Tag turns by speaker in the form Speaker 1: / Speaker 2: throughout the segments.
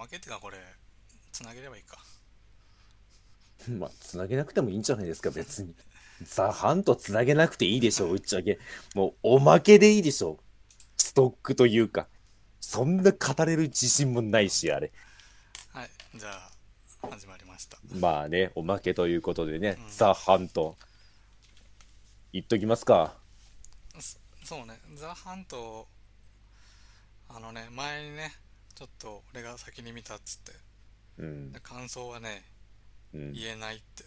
Speaker 1: 負けてかこれつなげればいいか
Speaker 2: まあ、つなげなくてもいいんじゃないですか、別に。ザ・ハンとつなげなくていいでしょう、打ち上げ。もう、おまけでいいでしょう。ストックというか、そんな語れる自信もないし、あれ。
Speaker 1: はいじゃあ始まりました
Speaker 2: まあね、おまけということでね、ザ・ハンと。言っときますか。
Speaker 1: そそうねザ・ハントあのね前にねちょっと俺が先に見たっつって
Speaker 2: うん
Speaker 1: で。感想はね
Speaker 2: うん、
Speaker 1: 言えないって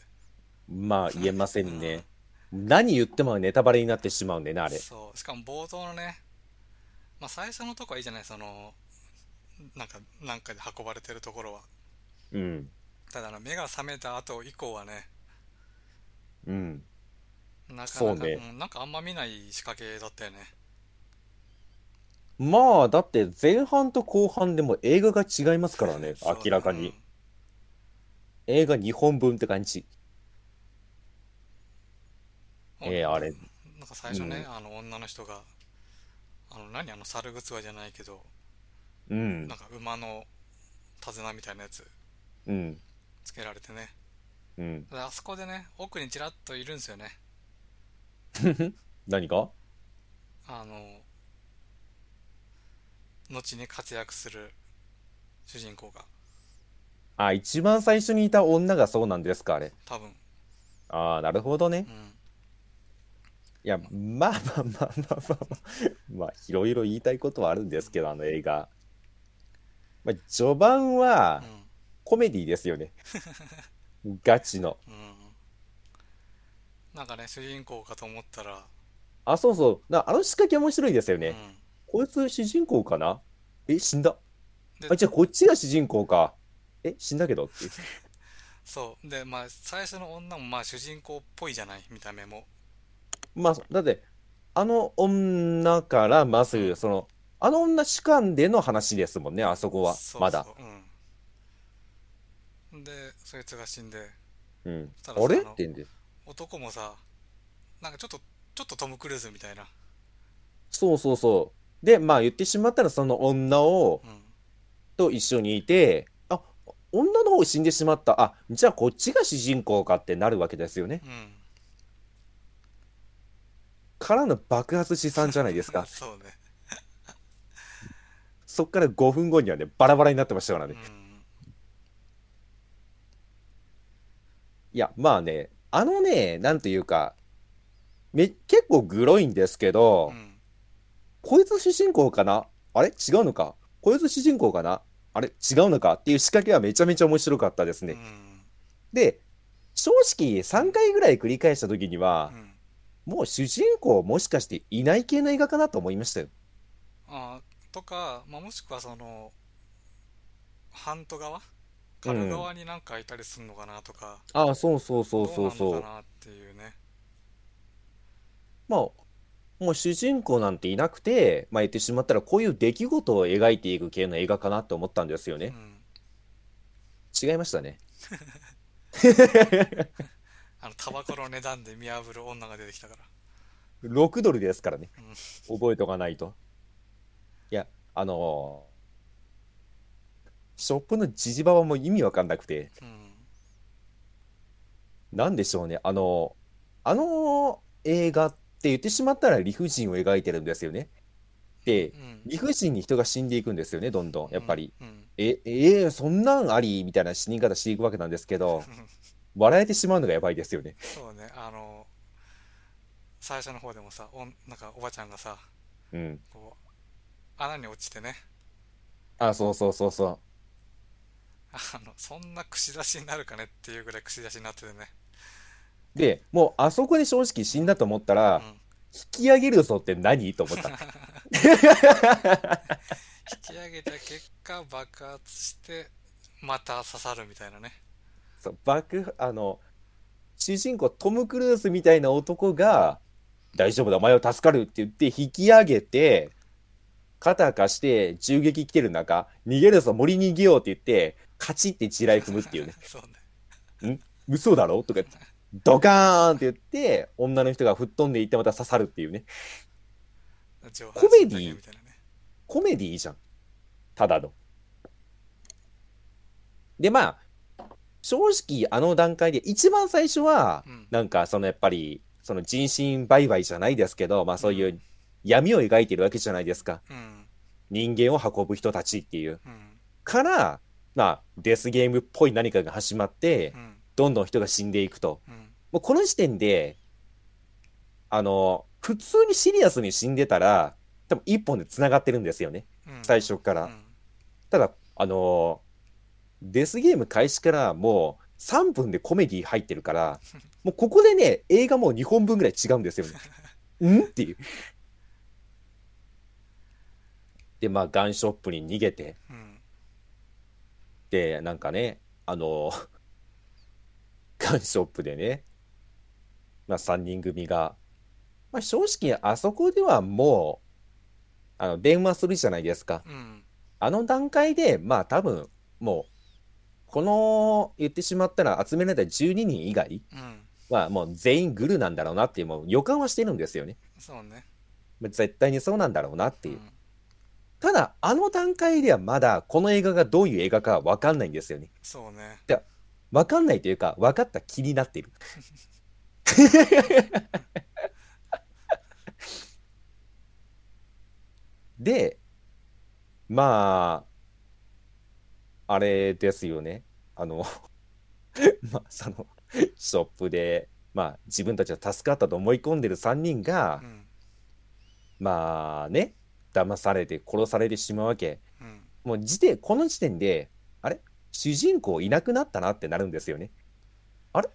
Speaker 2: まあ、言えませんね。何言ってもネタバレになってしまうんでね、あれ。
Speaker 1: そうしかも冒頭のねまあ最初のとこはいいじゃないそのなんかなんかで運ばれてるところは
Speaker 2: うん。
Speaker 1: ただあの目が覚めた後以降はね
Speaker 2: うん。
Speaker 1: なか
Speaker 2: そ
Speaker 1: な
Speaker 2: う
Speaker 1: か、
Speaker 2: ね
Speaker 1: うんなんかあんま見ない仕掛けだったよね、
Speaker 2: まあ、だって前半と後半でも映画が違いますからね
Speaker 1: そう
Speaker 2: 明らかに。映画2本分って感じ。
Speaker 1: うん
Speaker 2: えーあれ
Speaker 1: なんか最初ね、あの女の人があの何あの猿ぐつわじゃないけど
Speaker 2: うん。
Speaker 1: なんか馬の手綱みたいなやつ
Speaker 2: うん。
Speaker 1: つけられてね
Speaker 2: うん。
Speaker 1: であそこでね奥にちらっといるんですよね
Speaker 2: 何か
Speaker 1: あの後に活躍する主人公が
Speaker 2: あ、一番最初にいた女がそうなんですか、あれ。
Speaker 1: 多分
Speaker 2: ああ、なるほどね
Speaker 1: う。ん
Speaker 2: いや、まあまあまあまあ まあまあ、まあ、いろいろ言いたいことはあるんですけど、あの映画。まあ、序盤はコメディですよね。ガチの。
Speaker 1: うんうんなんかね主人公かと思ったら
Speaker 2: あ、そうそう。なあの仕掛け面白いですよ
Speaker 1: う
Speaker 2: ね。
Speaker 1: ん
Speaker 2: こいつ主人公かなえ、死んだ。
Speaker 1: で
Speaker 2: あ、じゃあこっちが主人公か。え、死んだけどっていう。
Speaker 1: そうでまあ最初の女もまあ主人公っぽいじゃない見た目も
Speaker 2: まあ、だって、あの女からまず、その、あの女主観での話ですもんね、あそこは、
Speaker 1: そう
Speaker 2: まだ。
Speaker 1: そううんでそいつが死んで
Speaker 2: うん。
Speaker 1: た
Speaker 2: あ
Speaker 1: ださ
Speaker 2: れ
Speaker 1: あ
Speaker 2: っ
Speaker 1: の
Speaker 2: て言うんで。
Speaker 1: 男もさなんかちょっとちょっとトム・クルーズみたいな
Speaker 2: そうそうそう。で、まあ言ってしまったら、その女を
Speaker 1: う、ん
Speaker 2: と一緒にいて、あ、女の方死んでしまった。あ、じゃあこっちが主人公かってなるわけですよね。
Speaker 1: うん
Speaker 2: からの爆発資産じゃないで すか。
Speaker 1: そうね
Speaker 2: そっから5分後にはね、バラバラになってましたから
Speaker 1: う
Speaker 2: ね。
Speaker 1: ん
Speaker 2: いや、まあね、あのね、なんていうか、め、結構グロいんですけど、
Speaker 1: うん
Speaker 2: こいつ主人公かなあれ違うのかこいつ主人公かなあれ違うのかっていう仕掛けはめちゃめちゃ面白かったです
Speaker 1: う
Speaker 2: ね。
Speaker 1: ん
Speaker 2: で、正直3回ぐらい繰り返した時には
Speaker 1: う、ん
Speaker 2: もう主人公もしかしていない系の映画かなと思いましたよ。
Speaker 1: あーとか、まあ、もしくはそのハント側カル側になんかいたりするのかなとか、
Speaker 2: ああ、そうそうそう
Speaker 1: どう
Speaker 2: そう
Speaker 1: なの
Speaker 2: そ
Speaker 1: か
Speaker 2: う。
Speaker 1: なっていうね
Speaker 2: まあ、もう主人公なんていなくて、まあ言ってしまったらこういう出来事を描いていく系の映画かなと思ったんですよ
Speaker 1: う
Speaker 2: ね。
Speaker 1: ん
Speaker 2: 違いましたね。
Speaker 1: あのタバコの値段で見破る女が出てきたから
Speaker 2: 6ドルですからね。覚えとかないと。いや、あのーショップのジジババも意味わかんなくて、
Speaker 1: うん
Speaker 2: なんでしょうね。あのーあの映画って言ってしまったら理不尽を描いてるんですよね。
Speaker 1: う
Speaker 2: で、
Speaker 1: ん
Speaker 2: 理不尽に人が死んでいくんですよね、どんどん。やっぱり。
Speaker 1: うん
Speaker 2: え、えーそんなんありみたいな死に方していくわけなんですけど、笑えてしまうのがやばいですよね。
Speaker 1: そうねあの最初の方でもさおんなんかおばちゃんがさ
Speaker 2: うん。
Speaker 1: こう穴に落ちてね
Speaker 2: あ、そうそうそうそう。
Speaker 1: あのそんな串刺しになるかねっていうぐらい串刺しになっててね
Speaker 2: で、もうあそこで正直死んだと思った
Speaker 1: う
Speaker 2: ら
Speaker 1: ん、
Speaker 2: 引き上げるぞって何と思った。
Speaker 1: 引き上げた結果爆発してまた刺さるみたいなね
Speaker 2: そう爆あの主人公トム・クルーズみたいな男が「大丈夫だお前は助かる」って言って引き上げて肩貸して銃撃来てる中「逃げるぞ森に逃げよう」って言ってカチって地雷踏むっていうね
Speaker 1: そうね
Speaker 2: 「嘘だろ?」とか言ってドカーンって言って女の人が吹っ飛んでいってまた刺さるっていうね
Speaker 1: 上半身だけ
Speaker 2: コメディ
Speaker 1: みたいなね
Speaker 2: コメディーじゃんただので、まあ、正直あの段階で一番最初は、
Speaker 1: うん
Speaker 2: なんかそのやっぱり、その人身売買じゃないですけど、まあそういう闇を描いてるわけじゃないですか。
Speaker 1: うん
Speaker 2: 人間を運ぶ人たちっていう。
Speaker 1: うん
Speaker 2: から、まあデスゲームっぽい何かが始まって
Speaker 1: う、ん
Speaker 2: どんどん人が死んでいくと。
Speaker 1: うん
Speaker 2: もうこの時点で、あの、普通にシリアスに死んでたら、多分一本で繋がってるんですよね。
Speaker 1: うん
Speaker 2: 最初から。
Speaker 1: うん
Speaker 2: ただ、あのーデスゲーム開始からもう3分でコメディ入ってるから、もうここでね、映画もう2本分ぐらい違うんですよね。んっていう。で、まあ、ガンショップに逃げて、
Speaker 1: うん
Speaker 2: で、なんかね、あのーガンショップでね、まあ、3人組が、まあ、正直、あそこではもう、あの、電話するじゃないですか。
Speaker 1: うん
Speaker 2: あの段階で、まあ多分、もう、この、言ってしまったら集められた12人以外
Speaker 1: うん
Speaker 2: はもう全員グルなんだろうなっていうもう予感はしてるんですよね。
Speaker 1: そうね
Speaker 2: 絶対にそうなんだろうなっていうう。
Speaker 1: ん
Speaker 2: ただ、あの段階ではまだこの映画がどういう映画かはわかんないんですよね。
Speaker 1: そうね
Speaker 2: わかんないというか、分かった気になっ てる。で、まあ、あれですよね。あの、 まあ、その、ショップで、まあ、自分たちは助かったと思い込んでる3人が
Speaker 1: う、ん
Speaker 2: まあね、騙されて殺されてしまうわけ。
Speaker 1: うん
Speaker 2: もう時点、この時点で、あれ主人公いなくなったなってなるんですよね。あれ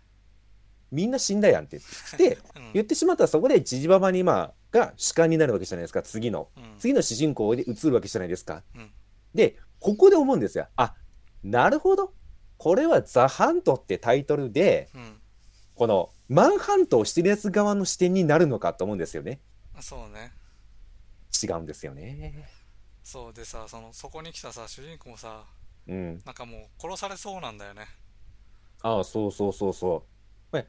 Speaker 2: みんな死んだやんって。で、
Speaker 1: うん
Speaker 2: 言ってしまったらそこでジジババにまあが主観になるわけじゃないですか、次の。
Speaker 1: うん
Speaker 2: 次の主人公で移るわけじゃないですか。
Speaker 1: うん
Speaker 2: で、ここで思うんですよ。あ、なるほど。これはザ・ハントってタイトルで、
Speaker 1: うん
Speaker 2: このマンハントをしてるやつ側の視点になるのかと思うんですよね。
Speaker 1: そうね
Speaker 2: 違うんですよね。
Speaker 1: そうでさそのそこに来たさ主人公もさ
Speaker 2: うん。
Speaker 1: なんかもう殺されそうなんだよね
Speaker 2: ああ、そうそうそうそう。ね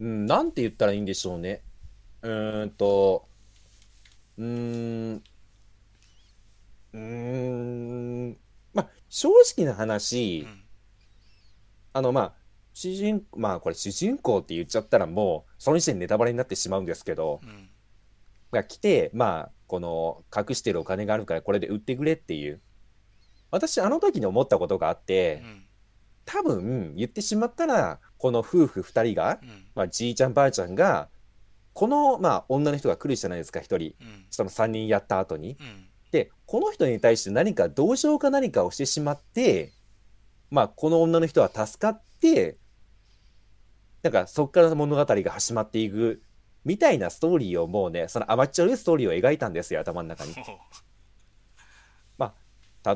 Speaker 2: うん、なんて言ったらいいんでしょうね。うーんと、うーん、うーん、まあ、正直な
Speaker 1: う
Speaker 2: 話、
Speaker 1: ん
Speaker 2: あの、まあ、主人、まあ、これ主人公って言っちゃったらもう、その時点でネタバレになってしまうんですけど、
Speaker 1: うん
Speaker 2: が来て、まあ、この、隠してるお金があるからこれで売ってくれっていう。私、あの時に思ったことがあっ
Speaker 1: う
Speaker 2: て、
Speaker 1: ん
Speaker 2: 多分、言ってしまったら、この夫婦二人が、
Speaker 1: うん
Speaker 2: まあ、じいちゃんばあちゃんが、この、まあ、女の人が来るじゃないですか、一人。
Speaker 1: うん
Speaker 2: その3人やった後に。
Speaker 1: うん
Speaker 2: で、この人に対して何か同情か何かをしてしまって、まあ、この女の人は助かって、なんかそっから物語が始まっていく、みたいなストーリーをもうね、そのアマチュアルストーリーを描いたんですよ、頭の中に。
Speaker 1: ほ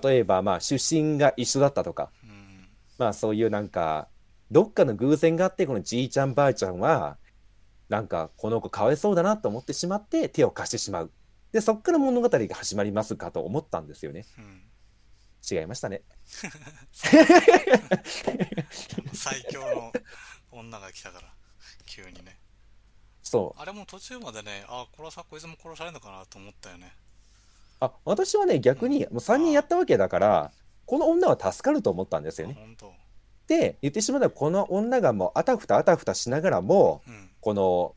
Speaker 2: 例えば、まあ、出身が一緒だったとか、
Speaker 1: ううん
Speaker 2: まあそういうなんか、どっかの偶然があって、このじいちゃんばあちゃんは、なんかこの子かわいそうだなと思ってしまって手を貸してしまう。で、そっから物語が始まりますかと思ったんですよね。
Speaker 1: うん
Speaker 2: 違いましたね。
Speaker 1: 最強の女が来たから急にね
Speaker 2: そ
Speaker 1: あれも途中までねあ殺さこいつも殺されるのかなと思ったよね
Speaker 2: う。あ、私はね、逆にもう3人やったわけだから、この女は助かると思ったんですよ
Speaker 1: あ
Speaker 2: ね。
Speaker 1: 本当
Speaker 2: で、言ってしまえばこの女がもうあたふたあたふたしながらも、
Speaker 1: うん
Speaker 2: この、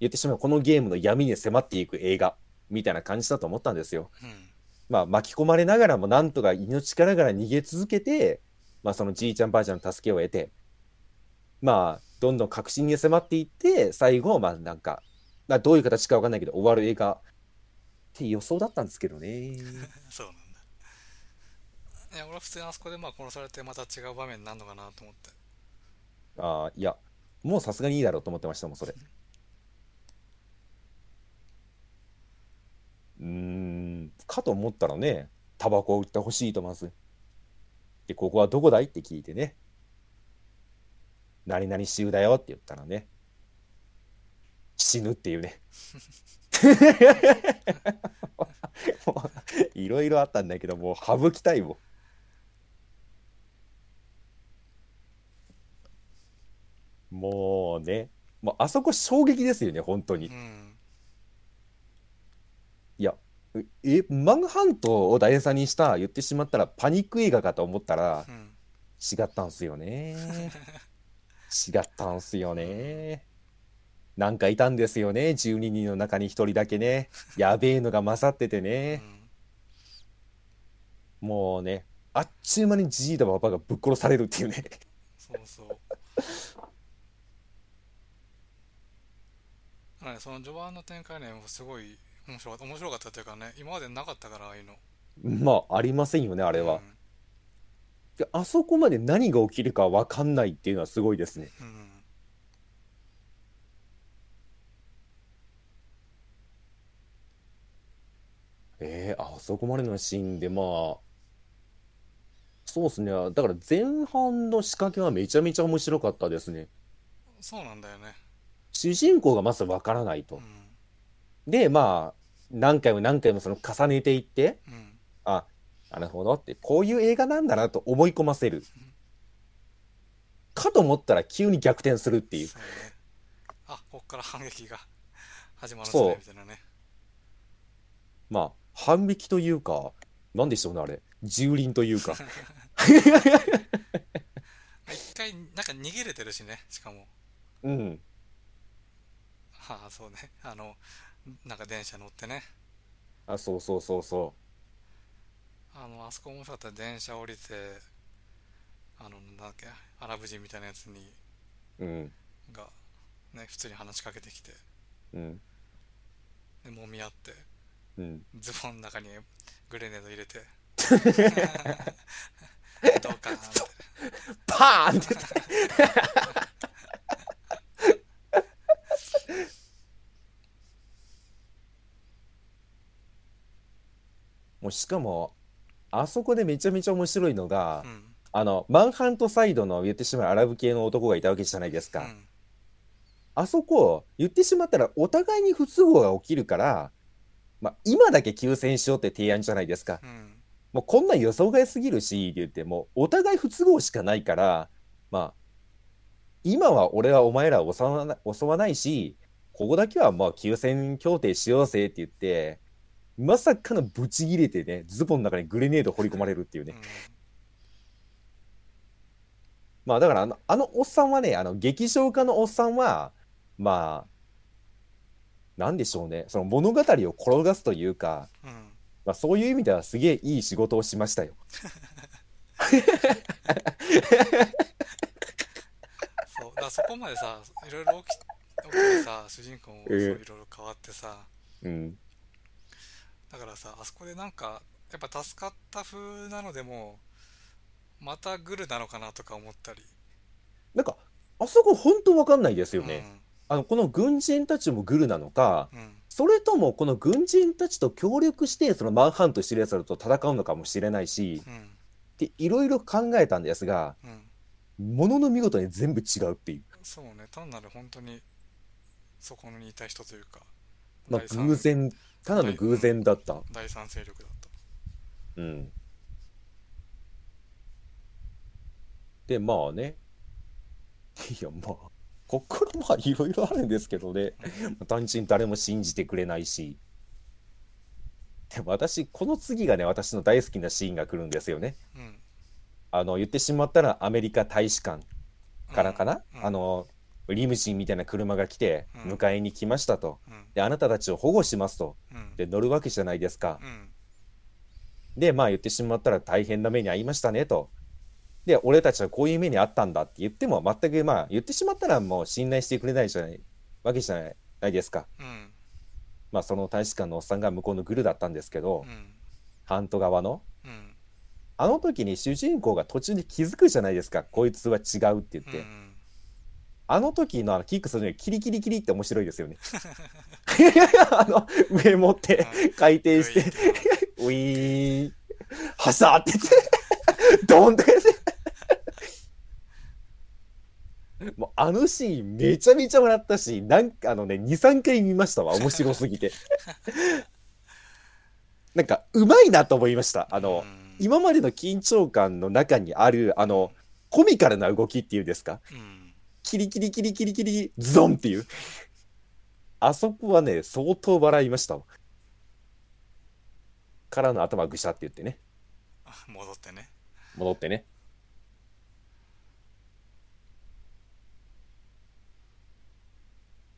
Speaker 2: 言ってしまえばこのゲームの闇に迫っていく映画、みたいな感じだと思ったんですよ。
Speaker 1: うん
Speaker 2: まあ、巻き込まれながらもなんとか命からがら逃げ続けて、まあ、そのじいちゃんばあちゃんの助けを得て、まあ、どんどん確信に迫っていって最後、まあ、なんか、まあ、どういう形かわかんないけど終わる映画って予想だったんですけどね。
Speaker 1: そうなんだいや俺は普通にあそこでまあ殺されてまた違う場面になるのかなと思って
Speaker 2: あーいやもうさすがにいいだろうと思ってましたもんそれ。うーんかと思ったらねタバコを売ってほしいとまず。でここはどこだいって聞いてね。何々州だよって言ったらね死ぬっていうね。 もういろいろあったんだけどもう省きたいもん。もうね、もうあそこ衝撃ですよね、本当に
Speaker 1: う。ん
Speaker 2: いや、ええ、マンハントを題材にした、言ってしまったらパニック映画かと思ったら
Speaker 1: う、ん
Speaker 2: 違ったんすよね。違ったんすよね。なんかいたんですよね。12人の中に1人だけね。やべえのが勝ってて
Speaker 1: う
Speaker 2: ね。
Speaker 1: ん
Speaker 2: もうね、あっちゅう間にじじいとばばあがぶっ殺されるっていうね。
Speaker 1: そうそう。だからね、その序盤の展開ね、もうすごい面白かった面白かったというかね、今までなかったから、ああいうの。
Speaker 2: まあ、ありませんよね、あ
Speaker 1: あ
Speaker 2: れは。であそこまで何が起きるかわかんないっていうのはすごいですね。
Speaker 1: うん。うん
Speaker 2: えー、あそこまでのシーンで、まあ、そうですね。だから前半の仕掛けはめちゃめちゃ面白かったですね。
Speaker 1: そうなんだよね。
Speaker 2: 主人公がまずわからないうと。
Speaker 1: ん。
Speaker 2: で、まあ、何回も何回もその重ねていって、
Speaker 1: うん。
Speaker 2: あ、なるほどって、こういう映画なんだなと思い込ませる。かと思ったら急に逆転するっていう。
Speaker 1: そうね。あ、こっから反撃が 始まるんです
Speaker 2: そう
Speaker 1: ね、みたいなね。
Speaker 2: まあ、反撃というか、なんでしょうね、あれ。蹂躙というか。
Speaker 1: まあ一回、なんか逃げれてるしね、しかも。
Speaker 2: うん。
Speaker 1: ああ、そうね。あの、なんか電車乗ってね。
Speaker 2: あ、そうそうそうそ
Speaker 1: あの、あそこ面白かった。電車降りて、あの、なんだっけ、アラブ人みたいなやつに、
Speaker 2: う。うん。
Speaker 1: が、ね、普通に話しかけてきて、
Speaker 2: うん。
Speaker 1: で、揉み合って、
Speaker 2: うん。
Speaker 1: ズボンの中にグレネード入れ て、どうかな、みたいな。
Speaker 2: パーンって言って。もうしかも、あそこでめちゃめちゃ面白いのが
Speaker 1: う、ん。
Speaker 2: あの、マンハントサイドの言ってしまうアラブ系の男がいたわけじゃないです
Speaker 1: う
Speaker 2: か。
Speaker 1: ん。
Speaker 2: あそこ、言ってしまったらお互いに不都合が起きるから、まあ、今だけ休戦しようって提案じゃないですか。
Speaker 1: うん。
Speaker 2: もうこんなん予想外すぎるし、って言って、もうお互い不都合しかないから、まあ、今は俺はお前らを襲わな襲わないし、ここだけはまあ休戦協定しようぜって言って、まさかのブチ切れてね、ズボンの中にグレネード掘り込まれるっていう
Speaker 1: う
Speaker 2: ね。
Speaker 1: ん。
Speaker 2: まあだからあの、あのおっさんはね、あの劇場家のおっさんは、まあ、なんでしょうね、その物語を転がすというか、
Speaker 1: うん。
Speaker 2: まあ、そういう意味ではすげえいい仕事をしましたよ。
Speaker 1: そう、だからそこまでさ、いろいろ起き、起きてさ、主人公もそう
Speaker 2: うん
Speaker 1: いろいろ変わってさ、
Speaker 2: うん、
Speaker 1: だからさ、あそこでなんか、やっぱ助かった風なのでも、またグルなのかなとか思ったり。
Speaker 2: なんか、あそこ本当わかんないです
Speaker 1: う
Speaker 2: よ
Speaker 1: ん
Speaker 2: ね。あの、この軍人たちもグルなのか、
Speaker 1: うん。
Speaker 2: それともこの軍人たちと協力して、そのマンハントしてる奴らと戦うのかもしれないし、
Speaker 1: うん。
Speaker 2: っていろいろ考えたんですが、
Speaker 1: うん。
Speaker 2: ものの見事に全部違うっていう。
Speaker 1: そうね、単なる本当に、そこにいた人というか、
Speaker 2: まあ
Speaker 1: 第、三
Speaker 2: 偶然、ただの偶然だった。
Speaker 1: 第三勢力だった。
Speaker 2: うん。で、まあね。いや、まあ、こっからまあ、いろいろあるんですけどね。単純に誰も信じてくれないし。でも私、この次がね、私の大好きなシーンが来るんですよね。
Speaker 1: うん。
Speaker 2: あの、言ってしまったらアメリカ大使館からかな、
Speaker 1: うん
Speaker 2: あ、の、リムジンみたいな車が来て、
Speaker 1: うん
Speaker 2: 迎えに来ましたと。
Speaker 1: うん。
Speaker 2: で、あなたたちを保護しますと。
Speaker 1: うん。
Speaker 2: で、乗るわけじゃないですか。
Speaker 1: うん。
Speaker 2: で、まあ言ってしまったら大変な目に遭いましたねと。で、俺たちはこういう目に遭ったんだって言っても、全くまあ言ってしまったらもう信頼してくれないじゃない、わけじゃないないですか。
Speaker 1: うん。
Speaker 2: まあその大使館のおっさんが向こうのグルだったんですけど
Speaker 1: う、ん。
Speaker 2: ハント側の。
Speaker 1: うん。
Speaker 2: あの時に主人公が途中で気づくじゃないですか。こいつは違うって言
Speaker 1: う
Speaker 2: って。
Speaker 1: ん。
Speaker 2: あの時のあのキックするのにキリキリキリって面白いです よね。 あの、上持って 回転して、ウィーン、はさって 言って、ドンってやってもうあのシーンめちゃめちゃ笑ったし、なんかあのね、2、3回見ましたわ、面白すぎて。 なんか、うまいなと思いました。あの
Speaker 1: う、ん、
Speaker 2: 今までの緊張感の中にある、あの、コミカルな動きっていうんですか
Speaker 1: うん。
Speaker 2: キリキリキリキリキリ、ズドンっていう。あそこはね、相当笑いましたわ。からの頭ぐしゃって言ってね。
Speaker 1: あ戻ってね。
Speaker 2: 戻ってね。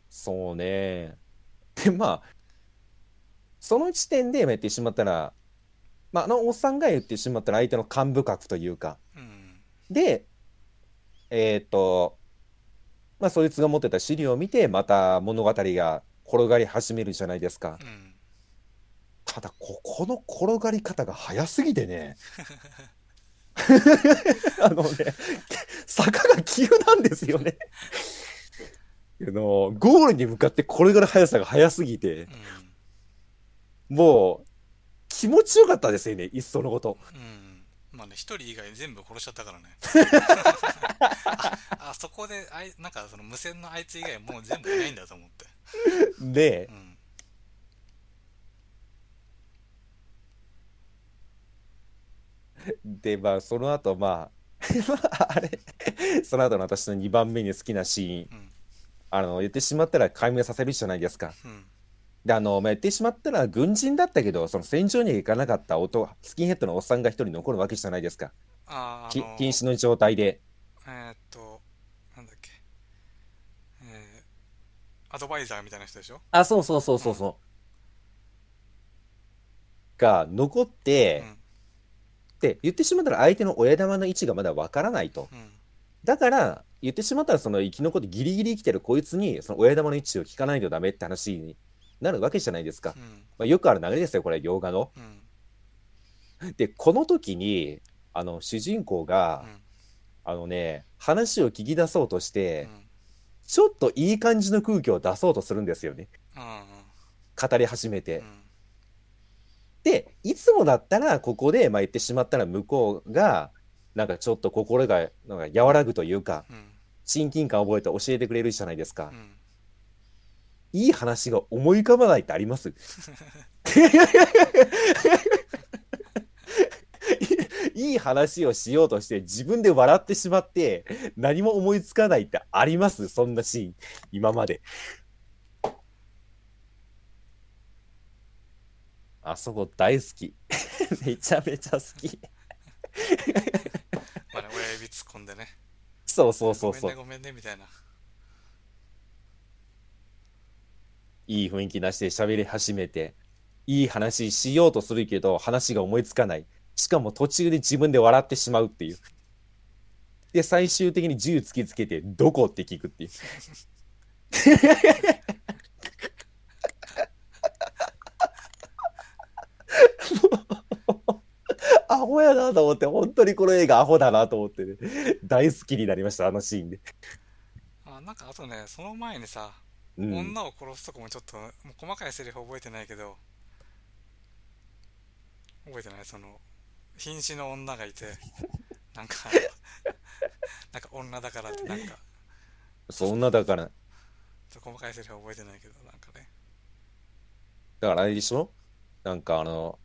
Speaker 2: そうね。で、まあ、その時点でやめてしまったら、まあ、あのおっさんが言ってしまったら相手の感部格というか、
Speaker 1: うん
Speaker 2: で、えっ、と、まあ、そいつが持ってた資料を見て、また物語が転がり始めるじゃないですか。
Speaker 1: うん
Speaker 2: ただ、ここの転がり方が早すぎてね。あのね、坂が急なんですよね。あの、ゴールに向かって転がる速さが速すぎて、もう、気持ちよかったですよね、いっそのこと。
Speaker 1: うんうんまあね一人以外全部殺しちゃったからね ああそこであいなんかその無線のあいつ以外もう全部いないんだと思って
Speaker 2: で
Speaker 1: う、ん
Speaker 2: で、まあ、 その後、まあ、まあ、あれ、その後の私の2番目に好きなシーン、
Speaker 1: うん
Speaker 2: あの、言ってしまったら解明させるじゃないですか。
Speaker 1: うん
Speaker 2: で、あの、まあ、言ってしまったら軍人だったけど、その戦場には行かなかった男、スキンヘッドのおっさんが一人残るわけじゃないですか。
Speaker 1: あー
Speaker 2: き
Speaker 1: あの
Speaker 2: 禁止の状態で。
Speaker 1: えーっとなんだっけえーアドバイザーみたいな人でしょ
Speaker 2: あ、そうそうそうそうそう。が残って、で、言ってしまったら相手の親玉の位置がまだわからないと。
Speaker 1: うんうん
Speaker 2: だから、言ってしまったら、その生き残ってギリギリ生きてるこいつに、その親玉の位置を聞かないとダメって話になるわけじゃないですか
Speaker 1: う。ん
Speaker 2: まあ、よくある流れですよ、これ、洋画の。
Speaker 1: うん
Speaker 2: で、この時に、あの、主人公が、あのね、話を聞き出そうとし
Speaker 1: うんう
Speaker 2: て、
Speaker 1: ん
Speaker 2: ちょっといい感じの空気を出そうとするんですよね。
Speaker 1: あ
Speaker 2: 語り始め
Speaker 1: ー
Speaker 2: て
Speaker 1: う。ん
Speaker 2: で、いつもだったら、ここで、まあ、言ってしまったら、向こうが、なんかちょっと心が、なんか和らぐというか、
Speaker 1: うん
Speaker 2: 親近感を覚えて教えてくれるじゃないですか
Speaker 1: う。ん
Speaker 2: いい話が思い浮かばないってあります いい話をしようとして自分で笑ってしまって何も思いつかないってありますそんなシーン今まであそこ大好き めちゃめちゃ好き
Speaker 1: まあね親指突っ込んでね
Speaker 2: そうそうそうそう
Speaker 1: ごめんねごめんねみたいない
Speaker 2: い雰囲気出して喋り始めて、いい話しようとするけど、話が思いつかない。しかも途中で自分で笑ってしまうっていう。で、最終的に銃突きつけて、どこって聞くっていう。アホやなと思って、本当にこの映画アホだなと思ってね、大好きになりました、あのシーンで。
Speaker 1: あなんかあとねその前にさ
Speaker 2: うん、
Speaker 1: 女を殺すとこもちょっともう細かいセリフ覚えてないけど覚えてないその瀕死の女がいてなんかなんか女だからってなんか
Speaker 2: そんなだから、
Speaker 1: ちょっと細かいセリフは覚えてないけどなんかね
Speaker 2: だからあれでしょなんかあの、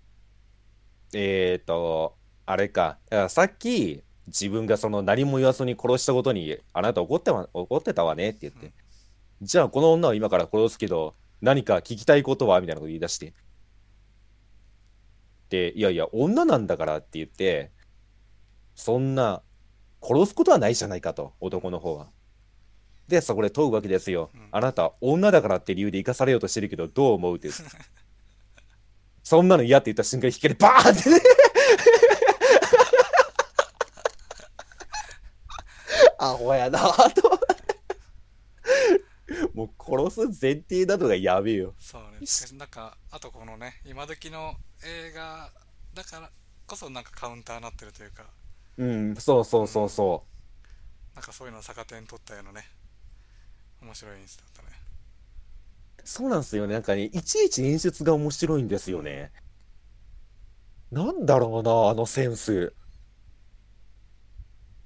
Speaker 2: えーと、あれか、だからさっき自分がその何も言わずに殺したことに、あなた怒っては、怒ってたわねって言って、じゃあこの女を今から殺すけど、何か聞きたいことはみたいなこと言い出して。で、いやいや、女なんだからって言って、そんな、殺すことはないじゃないかと、男の方は。で、そこで問うわけですよ
Speaker 1: うん。
Speaker 2: あなた、女だからって理由で生かされようとしてるけど、どう思うって言って。そんなの嫌って言った瞬間、光バーンってね。 アホやなぁと。 もう殺す前提なのがやべえよ。
Speaker 1: そうねしかしなんかあとこのね今時の映画だからこそなんかカウンターになってるというか
Speaker 2: うん、そうそうそうそ
Speaker 1: なんかそういうのを逆手に取ったようなね面白い演出だったね
Speaker 2: う。そうなんですよね。なんかね、いちいち演出が面白いんですよね。なんだろうな、あのセンス。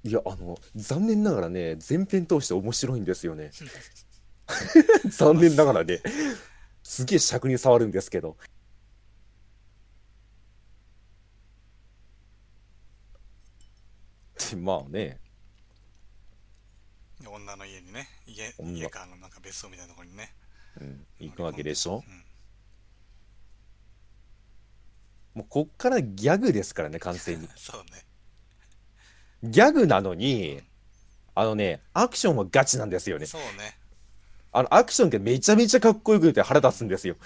Speaker 2: いや、あの、残念ながらね、全編通して面白いんですよね。 残念ながらね、すげえ尺に触るんですけど。でまあね、
Speaker 1: で女の家にね家
Speaker 2: 女
Speaker 1: 家かあのなんか別荘みたいなところにね
Speaker 2: うん、行くわけでしょ。
Speaker 1: うん
Speaker 2: もうこっからギャグですからね、完全に。
Speaker 1: そうね
Speaker 2: ギャグなのに、あのね、アクションはガチなんですよね。
Speaker 1: そうね
Speaker 2: あの、アクションがめちゃめちゃかっこよくて腹立つんですよ。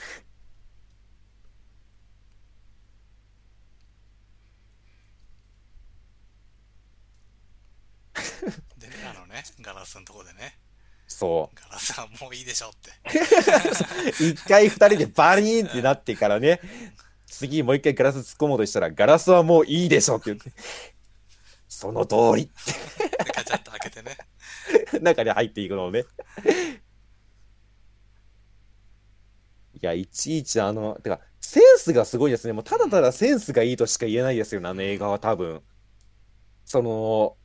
Speaker 1: でね、あのね、ガラスのとこでね、
Speaker 2: そ
Speaker 1: ガラスはもういいでしょって。
Speaker 2: う。一回二人でバリーンってなってからね、次もう一回ガラス突っ込もうとしたら、ガラスはもういいでしょって言って、その通り
Speaker 1: で、ガチャッと開けてね。
Speaker 2: 中に入っていくのをね。 いや、いちいちあの、てか、センスがすごいですね。もうただただセンスがいいとしか言えないですよね、あの映画は多分。その、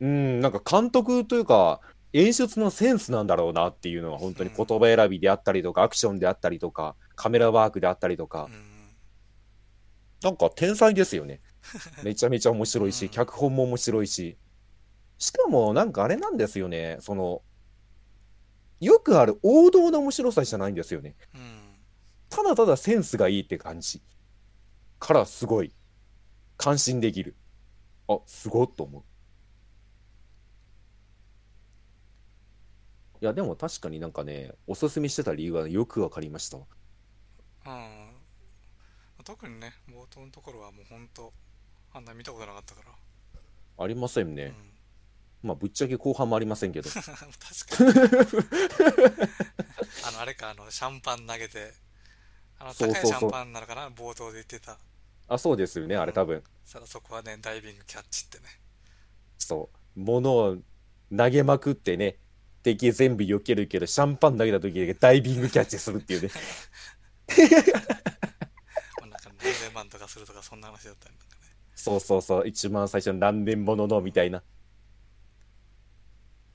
Speaker 2: うん、なんか監督というか、演出のセンスなんだろうなっていうのは、本当に言葉選びであったりとか、アクションであったりとか、カメラワー クであったりとか
Speaker 1: う、ん。
Speaker 2: なんか天才です よね。めちゃめちゃ面白いうし、
Speaker 1: ん
Speaker 2: 脚本も面白いし。しかも、なんかあれなんですよね。その、よくある王道の面白さじゃないんですよね。
Speaker 1: うん。
Speaker 2: ただただセンスがいいって感じ。からすごい。感心できる。あ、すごっと思う。いや、でも確かになんかね、おすすめしてた理由はよくわかりました。
Speaker 1: うん特にね、冒頭のところはもう本当、あんな見たことなかったから。
Speaker 2: ありません
Speaker 1: う
Speaker 2: ね
Speaker 1: ん。、
Speaker 2: まあ、ぶっちゃけ後半もありませんけど。
Speaker 1: 確かに。あの、あれか、あの、シャンパン投げて、あの、
Speaker 2: そう
Speaker 1: 高い
Speaker 2: そうそう
Speaker 1: シャンパンなのかな、冒頭で言ってた。
Speaker 2: あ、そうですよね。あれ多分。
Speaker 1: さあそこはね、ダイビングキャッチってね。
Speaker 2: そう、物を投げまくってね、敵全部避けるけど、シャンパン投げた時だけダイビングキャッチするっていう ね。
Speaker 1: まあなんか何千万とかするとか、そんな話だったりなんかね。
Speaker 2: そうそうそう、一番最初の何年もののみたいな。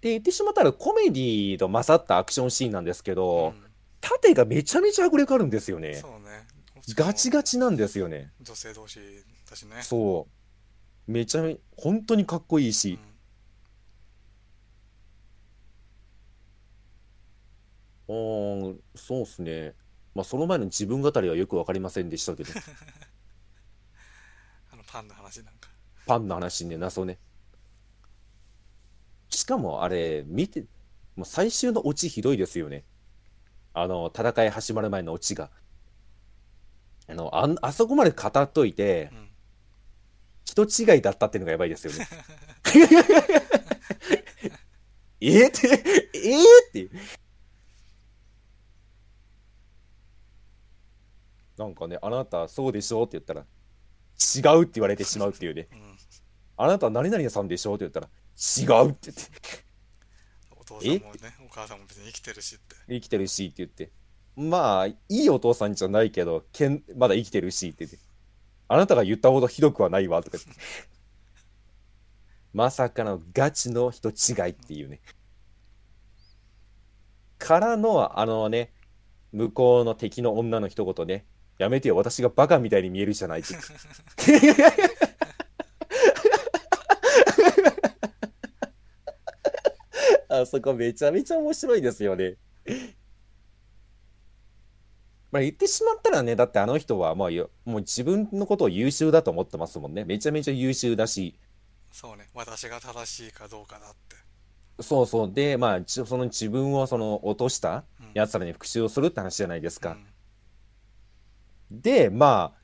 Speaker 2: で、言ってしまったらコメディと勝ったアクションシーンなんですけど、縦がめちゃめちゃ迫力あるんですよ
Speaker 1: うん、
Speaker 2: ね
Speaker 1: そ。うね。
Speaker 2: ガチガチなんですよね。
Speaker 1: 女性同士だしね。
Speaker 2: そう。めちゃめ、本当にかっこいいし、
Speaker 1: う
Speaker 2: うーん、そうっすね。まあ、その前の自分語りはよくわかりませんでしたけど。
Speaker 1: んあの、パンの話なんか。
Speaker 2: パンの話ね、謎ね。しかもあれ、見て、もう最終のオチひどいですよね。あの、戦い始まる前のオチが。あの、あん、あそこまで語っといて
Speaker 1: う、ん。
Speaker 2: 人違いだったっていうのがやばいですよね。 えーって、えーって。なんかね、あなたそうでしょうって言ったら、違うって言われてしまうっていうね。
Speaker 1: うん。
Speaker 2: あなた何々さんでしょって言ったら、違うって言って、
Speaker 1: お父さんもね、お母さんも別に生きてるしって。
Speaker 2: 生きてるしって言って、まあ、いいお父さんじゃないけど、けんまだ生きてるしって言って、あなたが言ったほどひどくはないわとか言って、まさかのガチの人違いっていうね。からの、あのね、向こうの敵の女の一言ね、やめてよ、私がバカみたいに見えるじゃないって 言って。あそこめちゃめちゃ面白いですよね。まあ言ってしまったらね、だってあの人はもうよもう自分のことを優秀だと思ってますもんね。めちゃめちゃ優秀だし、
Speaker 1: そうね、私が正しいかどうかだって。
Speaker 2: そうそう、で、まあ、ちその自分をその落とした
Speaker 1: うん
Speaker 2: 奴らに復讐をするって話じゃないですか。
Speaker 1: うん
Speaker 2: で、まあ、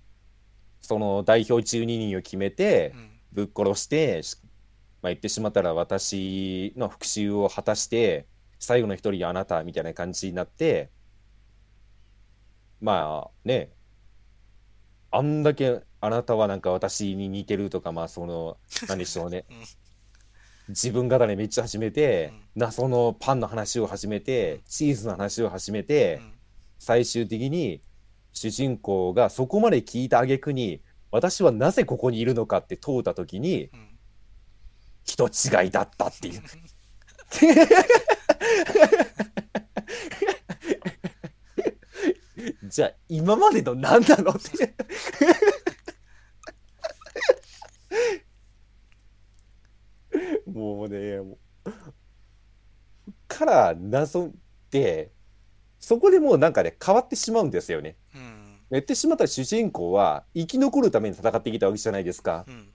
Speaker 2: その代表12人を決めて
Speaker 1: う、ん
Speaker 2: ぶっ殺して、しまあ、言ってしまったら私の復讐を果たして、最後の一人あなたみたいな感じになって、まあね、あんだけあなたはなんか私に似てるとか、まあその、なんでしょうね
Speaker 1: うん。
Speaker 2: 自分語りめっちゃ始めて
Speaker 1: うん、
Speaker 2: 謎のパンの話を始め
Speaker 1: う
Speaker 2: て
Speaker 1: ん、
Speaker 2: チーズの話を始め
Speaker 1: う
Speaker 2: て、
Speaker 1: ん
Speaker 2: 最終的に主人公がそこまで聞いた挙句に私はなぜここにいるのかって問うた時に
Speaker 1: うん
Speaker 2: 人違いだったっていうじゃあ今までの何なのってもうねもうから謎でそこでもうなんかね変わってしまうんですよね
Speaker 1: うん
Speaker 2: 言ってしまったら主人公は生き残るために戦ってきたわけじゃないですか。
Speaker 1: うん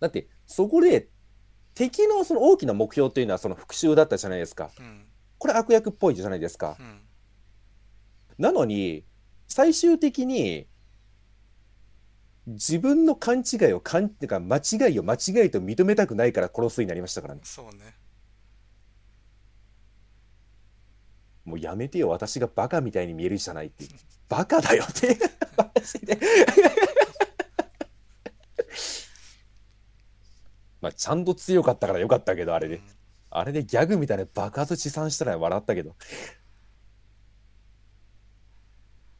Speaker 2: だってそこで敵のその大きな目標というのはその復讐だったじゃないですか。
Speaker 1: うん
Speaker 2: これ悪役っぽいじゃないですか。
Speaker 1: うん
Speaker 2: なのに、最終的に、自分の勘違いを勘、てか間違いを間違いと認めたくないから殺すになりましたからね。
Speaker 1: そうね
Speaker 2: もうやめてよ、私がバカみたいに見えるじゃないって。バカだよって。 マジで。 まあ、ちゃんと強かったからよかったけど、あれで。あれでギャグみたいな爆発持参したら笑ったけど。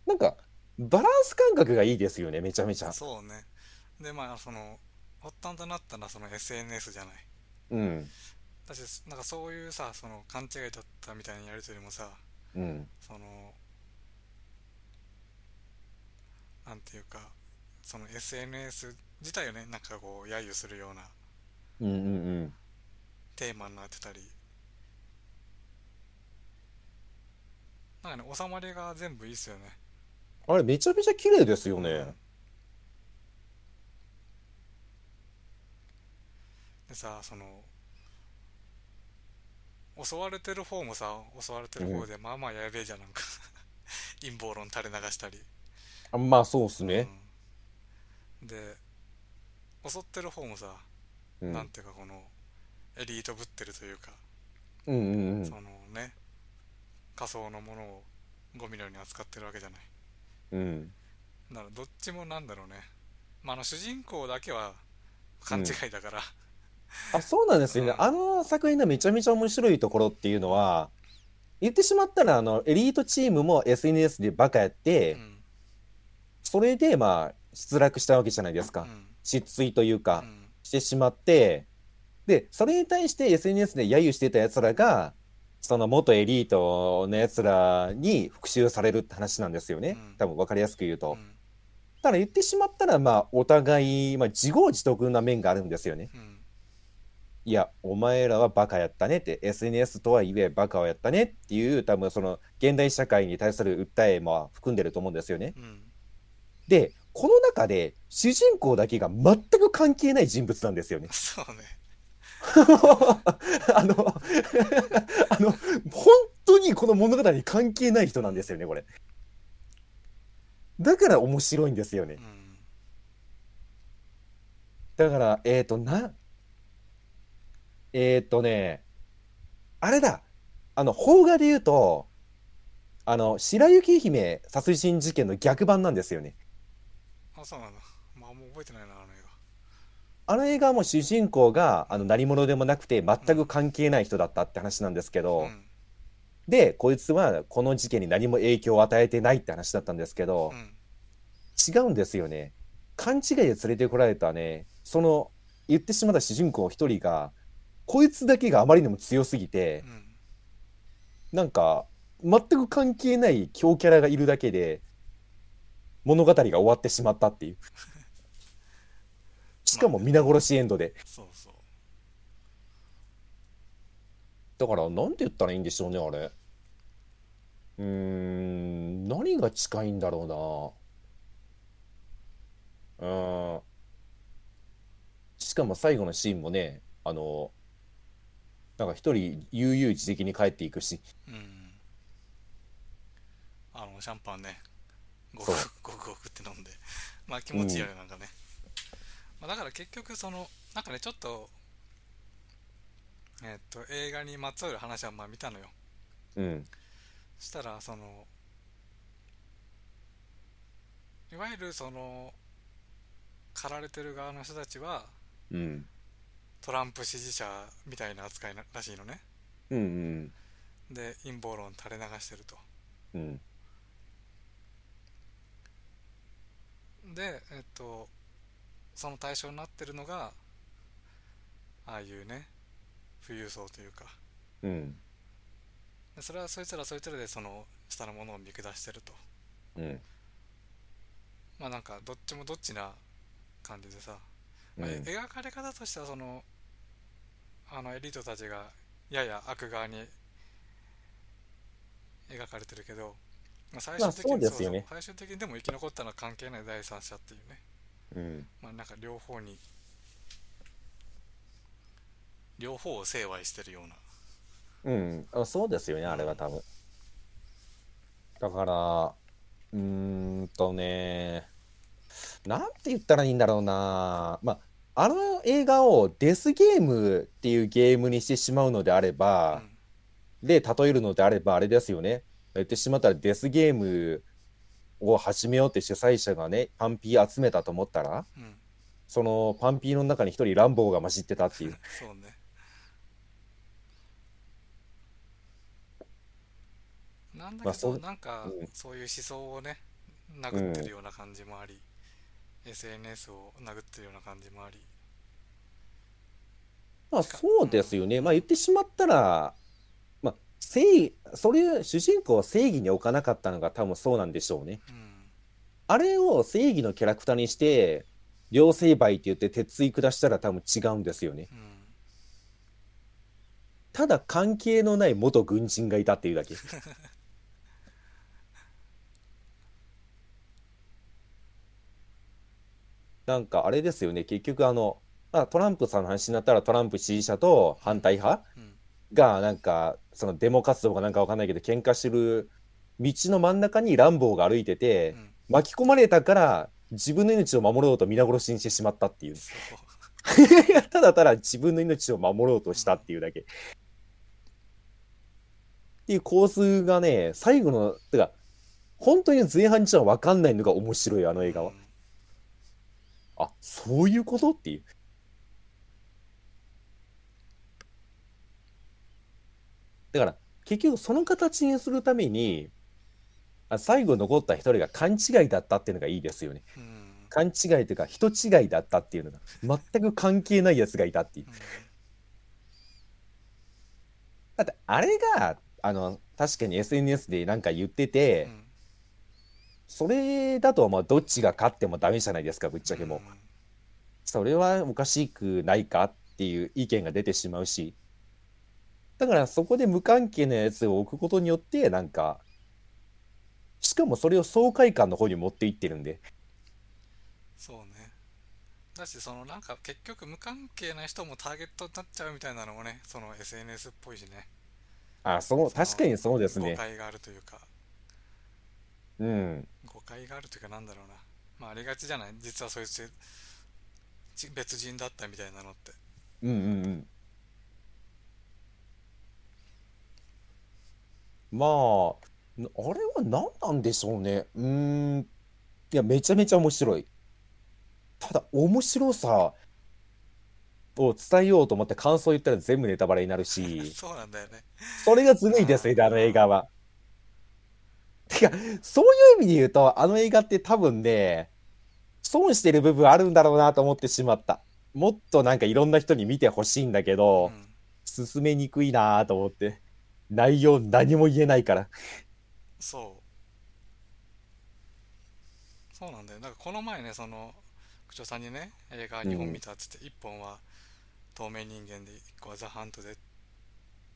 Speaker 2: なんか、バランス感覚がいいですよね、めちゃめち
Speaker 1: う
Speaker 2: ゃ
Speaker 1: ん、。そうねでまあその発端となったのはその SNS じゃない
Speaker 2: うん。
Speaker 1: だしなんかそういうさその勘違いだったみたいにやるとよりもさ
Speaker 2: うん。
Speaker 1: そのなんていうかその SNS 自体をねなんかこう揶揄するような
Speaker 2: うんうんうん。
Speaker 1: テーマになってたりなんかね収まりが全部いいっすよね
Speaker 2: あれ、めちゃめちゃ綺麗ですよ
Speaker 1: うん
Speaker 2: ね。
Speaker 1: でさその襲われてる方もさ襲われてる方でまあまあやべえじゃんなんか 陰謀論垂れ流したり、
Speaker 2: あまあ、そうっすね。
Speaker 1: うん、で襲ってる方もさ、
Speaker 2: うん。う
Speaker 1: なん
Speaker 2: ん
Speaker 1: ていうかこのエリートぶってるというか、
Speaker 2: うんうん
Speaker 1: そのね仮想のものをゴミのように扱ってるわけじゃない。
Speaker 2: うん。
Speaker 1: だからどっちもなんだろうね、まあ、あの主人公だけは勘違いだから、
Speaker 2: あ、そうなんですよね。
Speaker 1: うん
Speaker 2: あの作品のめちゃめちゃ面白いところっていうのは、言ってしまったら、あの、エリートチームも SNS でバカやっ
Speaker 1: う
Speaker 2: て、
Speaker 1: ん
Speaker 2: それで、まあ、失落したわけじゃないです
Speaker 1: う
Speaker 2: か。
Speaker 1: ん
Speaker 2: 失墜というか。
Speaker 1: うん
Speaker 2: してしまって、で、それに対して SNS で揶揄してた奴らが、その元エリートの奴らに復讐されるって話なんですよね
Speaker 1: うん。
Speaker 2: 多分分かりやすく言う
Speaker 1: う
Speaker 2: と。
Speaker 1: ん
Speaker 2: ただ言ってしまったら、まあ、お互い、まあ、自業自得な面があるんですよね。
Speaker 1: うん
Speaker 2: いや、お前らはバカやったねって、SNS とはいえバカをやったねっていう、多分その現代社会に対する訴えも含んでると思うんですよね。
Speaker 1: うん
Speaker 2: で、この中で主人公だけが全く関係ない人物なんですよね。
Speaker 1: そうね
Speaker 2: あの、あの、本当にこの物語に関係ない人なんですよね、これ。だから面白いんですよね
Speaker 1: う。ん
Speaker 2: だから、えっ、と、な、えっ、とね、あれだ、あの、邦画で言うと、あの、白雪姫殺人事件の逆版なんですよね。
Speaker 1: あそうなんだまあもう覚えてないなあの映
Speaker 2: あの映画も主人公が、あの、何者でもなくて、全く関係ない人だったって話なんですけ
Speaker 1: 画
Speaker 2: ど、
Speaker 1: うん
Speaker 2: で、こいつはこの事件に何も影響を与えてないって話だったんですけど
Speaker 1: う、ん
Speaker 2: 違うんですよね。勘違いで連れてこられたね、その言ってしまった主人公一人が、こいつだけがあまりにも強すぎて
Speaker 1: う、ん
Speaker 2: なんか全く関係ない強キャラがいるだけで、物語が終わってしまった っていう。しかも皆殺しエンドで。
Speaker 1: そうそう
Speaker 2: だから、なんて言ったらいいんでしょうね、あれ。うーん、何が近いんだろうな。うーん。しかも最後のシーンもね、あの、なんか一人悠々自適に帰っていくし、
Speaker 1: うんあのシャンパンねごく
Speaker 2: そう
Speaker 1: ごくごくって飲んでまあ気持ちいいよねなんかね、まあ、だから結局そのなんかねちょっとえっと映画にまつわる話はまあ見たのよ
Speaker 2: うん、
Speaker 1: したらそのいわゆるその駆られてる側の人たちは
Speaker 2: うん、
Speaker 1: トランプ支持者みたいな扱いならしいのね
Speaker 2: うん、うん、
Speaker 1: で陰謀論垂れ流してると
Speaker 2: うん、
Speaker 1: でえっとその対象になってるのがああいうね富裕層というか
Speaker 2: うん、
Speaker 1: でそれはそいつらそいつらでその下のものを見下してると
Speaker 2: うん、
Speaker 1: まあなんかどっちもどっちな感じでさまあ
Speaker 2: うん
Speaker 1: 描かれ方としてはそのあのエリートたちがやや悪側に描かれてるけど、まあ、最終的に、
Speaker 2: まあそうですよね
Speaker 1: そうそう最終的にでも生き残ったのは関係ない第三者っていうね
Speaker 2: うん、
Speaker 1: まあなんか両方に両方を成敗してるような
Speaker 2: うん、あそうですよね、あれは多分。だから、うーんとね、なんて言ったらいいんだろうな、まあ、あの映画をデスゲームっていうゲームにしてしまうのであれば、で、例えるのであれば、あれですよね。言ってしまったらデスゲームを始めようって主催者がね、パンピー集めたと思ったら、
Speaker 1: うん、うん、
Speaker 2: そのパンピーの中に一人ランボーが混じってたっていう。
Speaker 1: そうね。なんだ
Speaker 2: まあ
Speaker 1: け
Speaker 2: そ
Speaker 1: ど、
Speaker 2: う
Speaker 1: なんか
Speaker 2: うん
Speaker 1: そういう思想をね、殴ってるような感じもあり、SNS を殴ってるような感じもあり、
Speaker 2: まあそうですよね。まあ言ってしまったら、まあ正義、それ、主人公を正義に置かなかったのが多分そうなんでしょうね。
Speaker 1: うん、
Speaker 2: あれを正義のキャラクターにして、両成敗って言って鉄槌下したら多分違うんですよね。
Speaker 1: うん。
Speaker 2: ただ関係のない元軍人がいたっていうだけ。なんかあれですよね、結局あの、まあ、トランプさんの話になったらトランプ支持者と反対派
Speaker 1: うん
Speaker 2: がなんかそのデモ活動かなんかわかんないけど喧嘩してる道の真ん中にランボーが歩いて
Speaker 1: う
Speaker 2: て
Speaker 1: ん、
Speaker 2: 巻き込まれたから自分の命を守ろうと皆殺しにしてしまったってい う
Speaker 1: そう。
Speaker 2: ただただ自分の命を守ろうとしたっていうだけっていう構図がね最後のてか本当に前半じゃ分かんないのが面白いあの映画は
Speaker 1: う、ん
Speaker 2: あそういうことっていうだから結局その形にするためにあ最後残った一人が勘違いだったっていうのがいいですよね
Speaker 1: うんうん
Speaker 2: 勘違いというか人違いだったっていうのが全く関係ないやつがいたっていうだってあれがあの確かに SNS でなんか言ってて、
Speaker 1: うん
Speaker 2: それだとまあどっちが勝ってもダメじゃないですかぶっちゃけもう、
Speaker 1: うん
Speaker 2: それはおかしくないかっていう意見が出てしまうし、だからそこで無関係なやつを置くことによって、なんか、しかもそれを爽快感の方に持っていってるんで、
Speaker 1: そうね。だし、そのなんか結局無関係な人もターゲットになっちゃうみたいなのもね、その SNS っぽいしね、
Speaker 2: あ、そう、確かにそうです
Speaker 1: 誤
Speaker 2: ね。
Speaker 1: 解があるというか、
Speaker 2: うん。
Speaker 1: 誤解があるというかなんだろうな。まあありがちじゃない実はそいつち別人だったみたいなのって。
Speaker 2: うんうんうん。まあ、あれは何なんでしょうね。うーん。いや、めちゃめちゃ面白い。ただ、面白さを伝えようと思って感想言ったら全部ネタバレになるし、
Speaker 1: そうなんだよね。
Speaker 2: それがずるいですね、あの映画は。てか、そういう意味で言うと、あの映画って多分ね、損してる部分あるんだろうなと思ってしまった。もっとなんかいろんな人に見てほしいんだけ
Speaker 1: う
Speaker 2: ど、
Speaker 1: ん。
Speaker 2: 進めにくいなぁと思って。内容何も言えないから。
Speaker 1: そう。そうなんだよ。なんかこの前ね、その、区長さんにね、映画2本見たっつって、1本は透明人間で、1個はザ・ハントでっ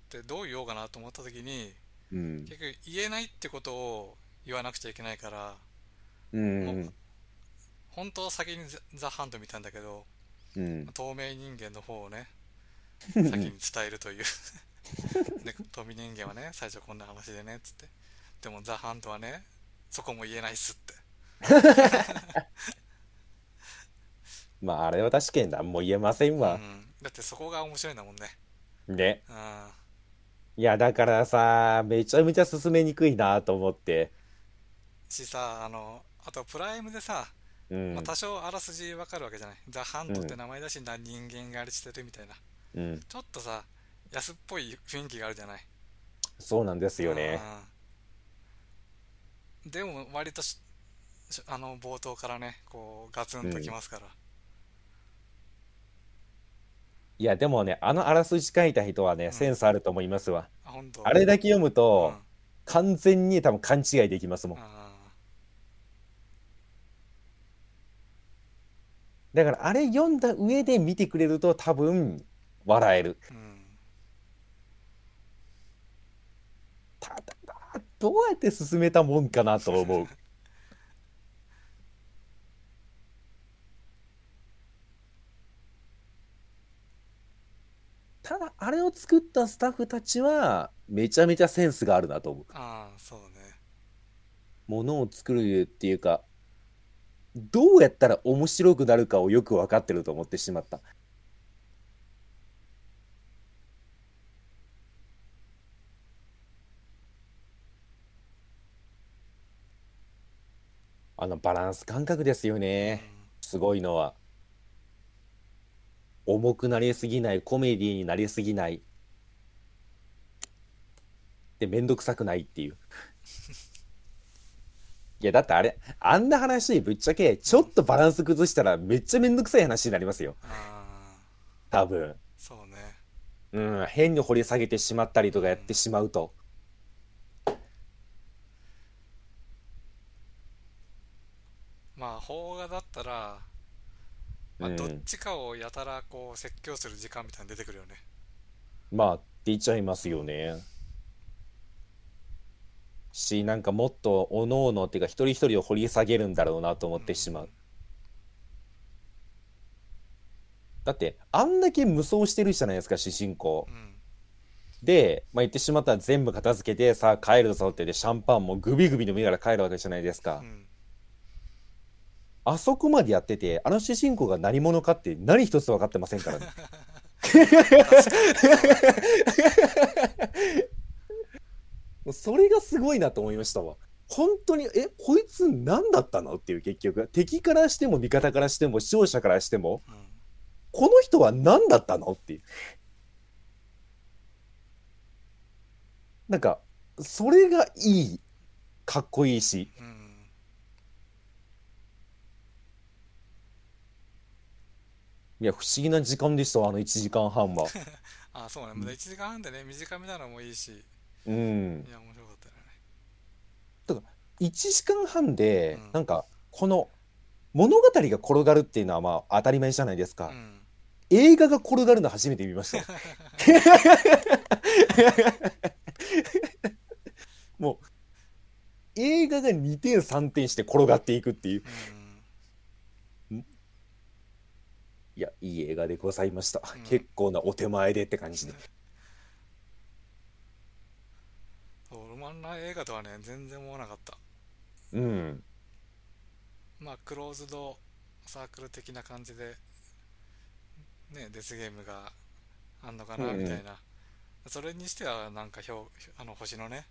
Speaker 1: て、どう言おうかなと思った時に、
Speaker 2: うん。
Speaker 1: 結局言えないってことを言わなくちゃいけないから、
Speaker 2: うん。
Speaker 1: 本当は先にザ・ザハント見たんだけど、
Speaker 2: うん。
Speaker 1: 透明人間の方を ね、先に伝えるという。 で、透明人間はね、最初こんな話でね、っつって。でもザ・ハントはね、そこも言えないっすって。
Speaker 2: まあ、あれは確かに何も言えません
Speaker 1: う
Speaker 2: わ。
Speaker 1: ん、だってそこが面白いんだもんね。
Speaker 2: ね。
Speaker 1: うん、
Speaker 2: いや、だからさ、めちゃめちゃ進めにくいなぁと思って。
Speaker 1: しさ、あの、あとプライムでさ、
Speaker 2: うん
Speaker 1: まあ、。多少あらすじわかるわけじゃない。ザ・ハントっ
Speaker 2: う
Speaker 1: て
Speaker 2: ん
Speaker 1: 名前だし、な人間があれしてるみたいな。
Speaker 2: うん。
Speaker 1: ちょっとさ、安っぽい雰囲気があるじゃない。
Speaker 2: そうなんですよね。
Speaker 1: うんでも割とししあの冒頭からねこうガツンときますから、
Speaker 2: いや、でもね、あのあらすじ書いた人はね、センスあると思いますわ。
Speaker 1: あ本当
Speaker 2: あれだけ読む
Speaker 1: うん
Speaker 2: と、完全に多分勘違いできますもん。
Speaker 1: あ
Speaker 2: だから、あれ読んだ上で見てくれると多分、笑える。
Speaker 1: ーうん
Speaker 2: ただ、どうやって進めたもんかな と思う。ただ、あれを作ったスタッフたちは、めちゃめちゃセンスがあるなと思う。
Speaker 1: ああそうね
Speaker 2: ものを作るっていうか、どうやったら面白くなるかをよく分かってると思ってしまった。あのバランス感覚ですよね。すごいのは。重くなりすぎない、コメディになりすぎない。で、めんどくさくないっていう。いや、だってあれ、あんな話、ぶっちゃけ、ちょっとバランス崩したら、めっちゃめんどくさい話になりますよ。
Speaker 1: うんああ
Speaker 2: 多分。
Speaker 1: そうね
Speaker 2: うん、変に掘り下げてしまったりとかやってしまうと。
Speaker 1: まあ邦画だったら、まあ、
Speaker 2: うん
Speaker 1: どっちかをやたらこう説教する時間みたいに出てくるよね
Speaker 2: まあ、出ちゃいますよね。し、なんかもっと、おのおのっていうか、一人一人を掘り下げるんだろうなと思ってしまう。だって、あんだけ無双してるじゃないですか、主人公
Speaker 1: う。ん
Speaker 2: で、まあ、言ってしまったら全部片付けて、さあ帰るぞってで、シャンパンもグビグビ飲みながら帰るわけじゃないです
Speaker 1: う
Speaker 2: か。
Speaker 1: ん
Speaker 2: あそこまでやってて、あの主人公が何者かって何一つ分かってませんからね。もうそれがすごいなと思いましたわ。本当に、え、こいつ何だったのっていう結局、敵からしても味方からしても視聴者からしても、
Speaker 1: うん
Speaker 2: この人は何だったのっていう。なんか、それがいい、かっこいいし、
Speaker 1: うん
Speaker 2: いや、不思議な時間でしたわ、あの1時間半は。
Speaker 1: あそうねまだ1時間半でね短めなのもいいしい
Speaker 2: うん。
Speaker 1: や面白かったよね
Speaker 2: 1時間半で
Speaker 1: うん
Speaker 2: なんかこの物語が転がるっていうのはまあ当たり前じゃないですか、
Speaker 1: うん
Speaker 2: 映画が転がるの初めて見ました もう映画が2点3点して転がっていくっていう
Speaker 1: うん
Speaker 2: いやいい映画でございました、
Speaker 1: うん
Speaker 2: 結構なお手前でって感じで
Speaker 1: そうロマンライ映画とはね全然思わなかった
Speaker 2: うん
Speaker 1: まあクローズドサークル的な感じでねデスゲームがあんのかな
Speaker 2: うんうん
Speaker 1: みたいな、それにしてはなんか表あの星のね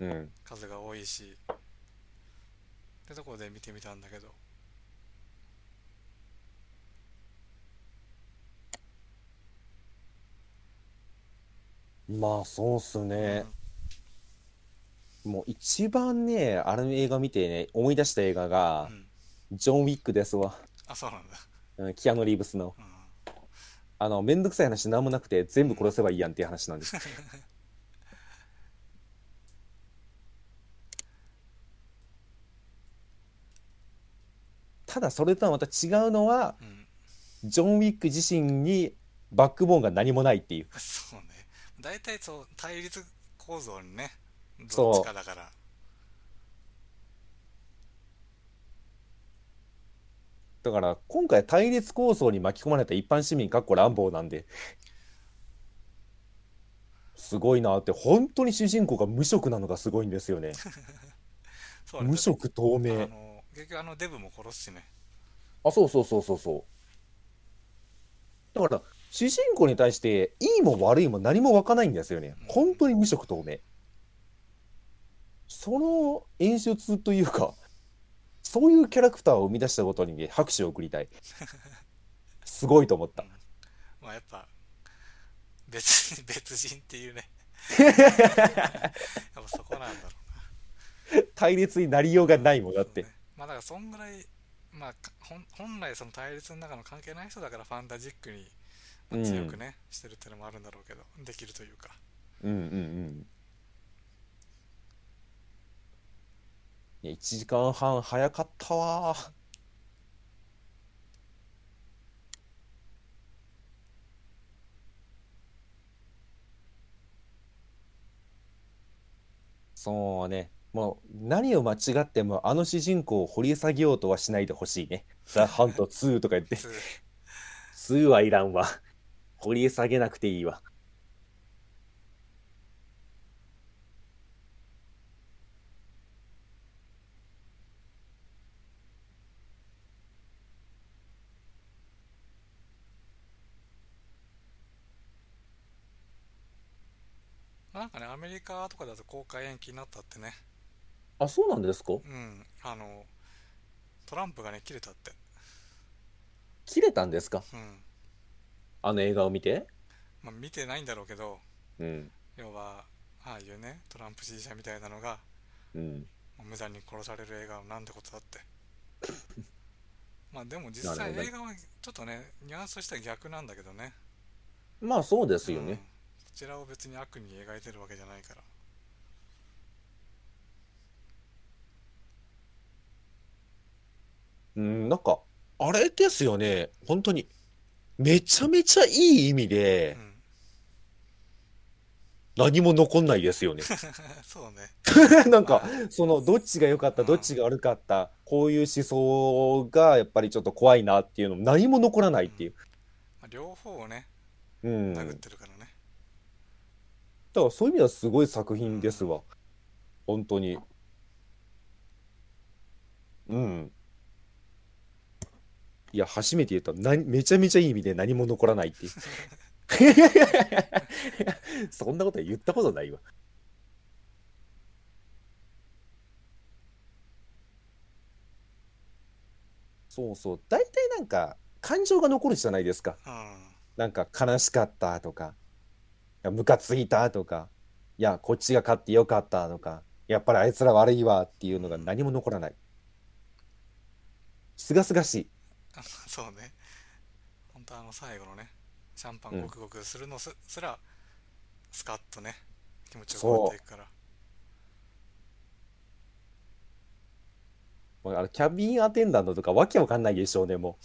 Speaker 2: うん
Speaker 1: 数が多いしってとこで見てみたんだけど
Speaker 2: まあそうっすね、もう一番ねあの映画見てね思い出した映画
Speaker 1: うん、
Speaker 2: が
Speaker 1: うん
Speaker 2: ジョン・ウィックですわ
Speaker 1: あそうなんだ、
Speaker 2: うんキアノ・リーブスの
Speaker 1: うん、
Speaker 2: あの、めんどくさい話なんもなくて、全部殺せばいいやんっていう話なんです。ただ、それとはまた違うのは、
Speaker 1: うん、
Speaker 2: ジョン・ウィック自身にバックボーンが何もないっていう。
Speaker 1: そうね大体そう対立構造にねど
Speaker 2: そ
Speaker 1: っ
Speaker 2: う
Speaker 1: ちかだから
Speaker 2: だから、今回対立構想に巻き込まれた一般市民、かっこ乱暴なんで。すごいなって、本当に主人公が無職なのがすごいんですよね。
Speaker 1: そうなんだ
Speaker 2: 無色透
Speaker 1: あ
Speaker 2: 明。
Speaker 1: の結局あのデブも殺すしね
Speaker 2: あ、そうそうそうそうそう。だから、主人公に対して、いいも悪いも何も湧かないんですよね
Speaker 1: うん。
Speaker 2: 本当に無色透明。その演出というか、そういうキャラクターを生み出したことにね、拍手を送り たい。すごいと思った。
Speaker 1: まあやっぱ別 に別人っていう ねやっぱそこなんだろうな
Speaker 2: 対立になりようがないもんだって
Speaker 1: そう。ねまあだからそんぐらいまあか本本来その対立の中の関係ない人だからファンタジックにまあ
Speaker 2: うん
Speaker 1: 強くね、してるってのもあるんだろうけどできるというか
Speaker 2: うんうんうん。いや、1時間半早かったわー。そうね。もう何を間違ってもあの主人公を掘り下げようとはしないでほしいね。ザ・ハント2とか言って、
Speaker 1: つ
Speaker 2: 2はいらんわ。掘り下げなくていいわ。
Speaker 1: なんかね、アメリカとかだと公開延期になったってね。
Speaker 2: あ、そうなんですか
Speaker 1: うん。あの、トランプがね、切れたって。
Speaker 2: 切れたんですか
Speaker 1: うん。
Speaker 2: あの映画を見て。
Speaker 1: まあ、見てないんだろうけど、
Speaker 2: うん。
Speaker 1: 要は、ああいうね、トランプ支持者みたいなのが、
Speaker 2: うん。
Speaker 1: まあ無駄に殺される映画はなんてことだ って。まあでも実際
Speaker 2: なるほど
Speaker 1: 映画はちょっとね、ニュアンスとしては逆なんだけどね。
Speaker 2: まあそうですよ
Speaker 1: うん
Speaker 2: ね。
Speaker 1: こちらを別に悪に描いてるわけじゃないから。
Speaker 2: うん、なんか、あれですよね。本当に。めちゃめちゃいい意味で
Speaker 1: う、ん。
Speaker 2: 何も残んないです よね。
Speaker 1: そうね。
Speaker 2: なんか、その、どっちが良かった、どっちが悪かった、こういう思想がやっぱりちょっと怖いなっていうの、何も残らないっていう。
Speaker 1: まあ両方をね、
Speaker 2: うん。
Speaker 1: 殴ってるからね。
Speaker 2: だからそういう意味ではすごい作品ですわ。本当に。うん。いや、初めて言った。なに、めちゃめちゃいい意味で何も残らないっていう。 そんなことは言ったことないわ。そうそう。大体なんか、感情が残るじゃないですか。
Speaker 1: うん。
Speaker 2: なんか悲しかったとか、いやムカついたとか、いや、こっちが勝ってよかったとか、やっぱりあいつら悪いわっていうのが何も残らない。すがすがしい。
Speaker 1: あ そうね。本当あの最後のね、シャンパンゴクゴクするのす,、すら、スカッとね、気持ちよくなっていくから。
Speaker 2: もうあの、キャビンアテンダントとかわけわかんないでしょうね、もう。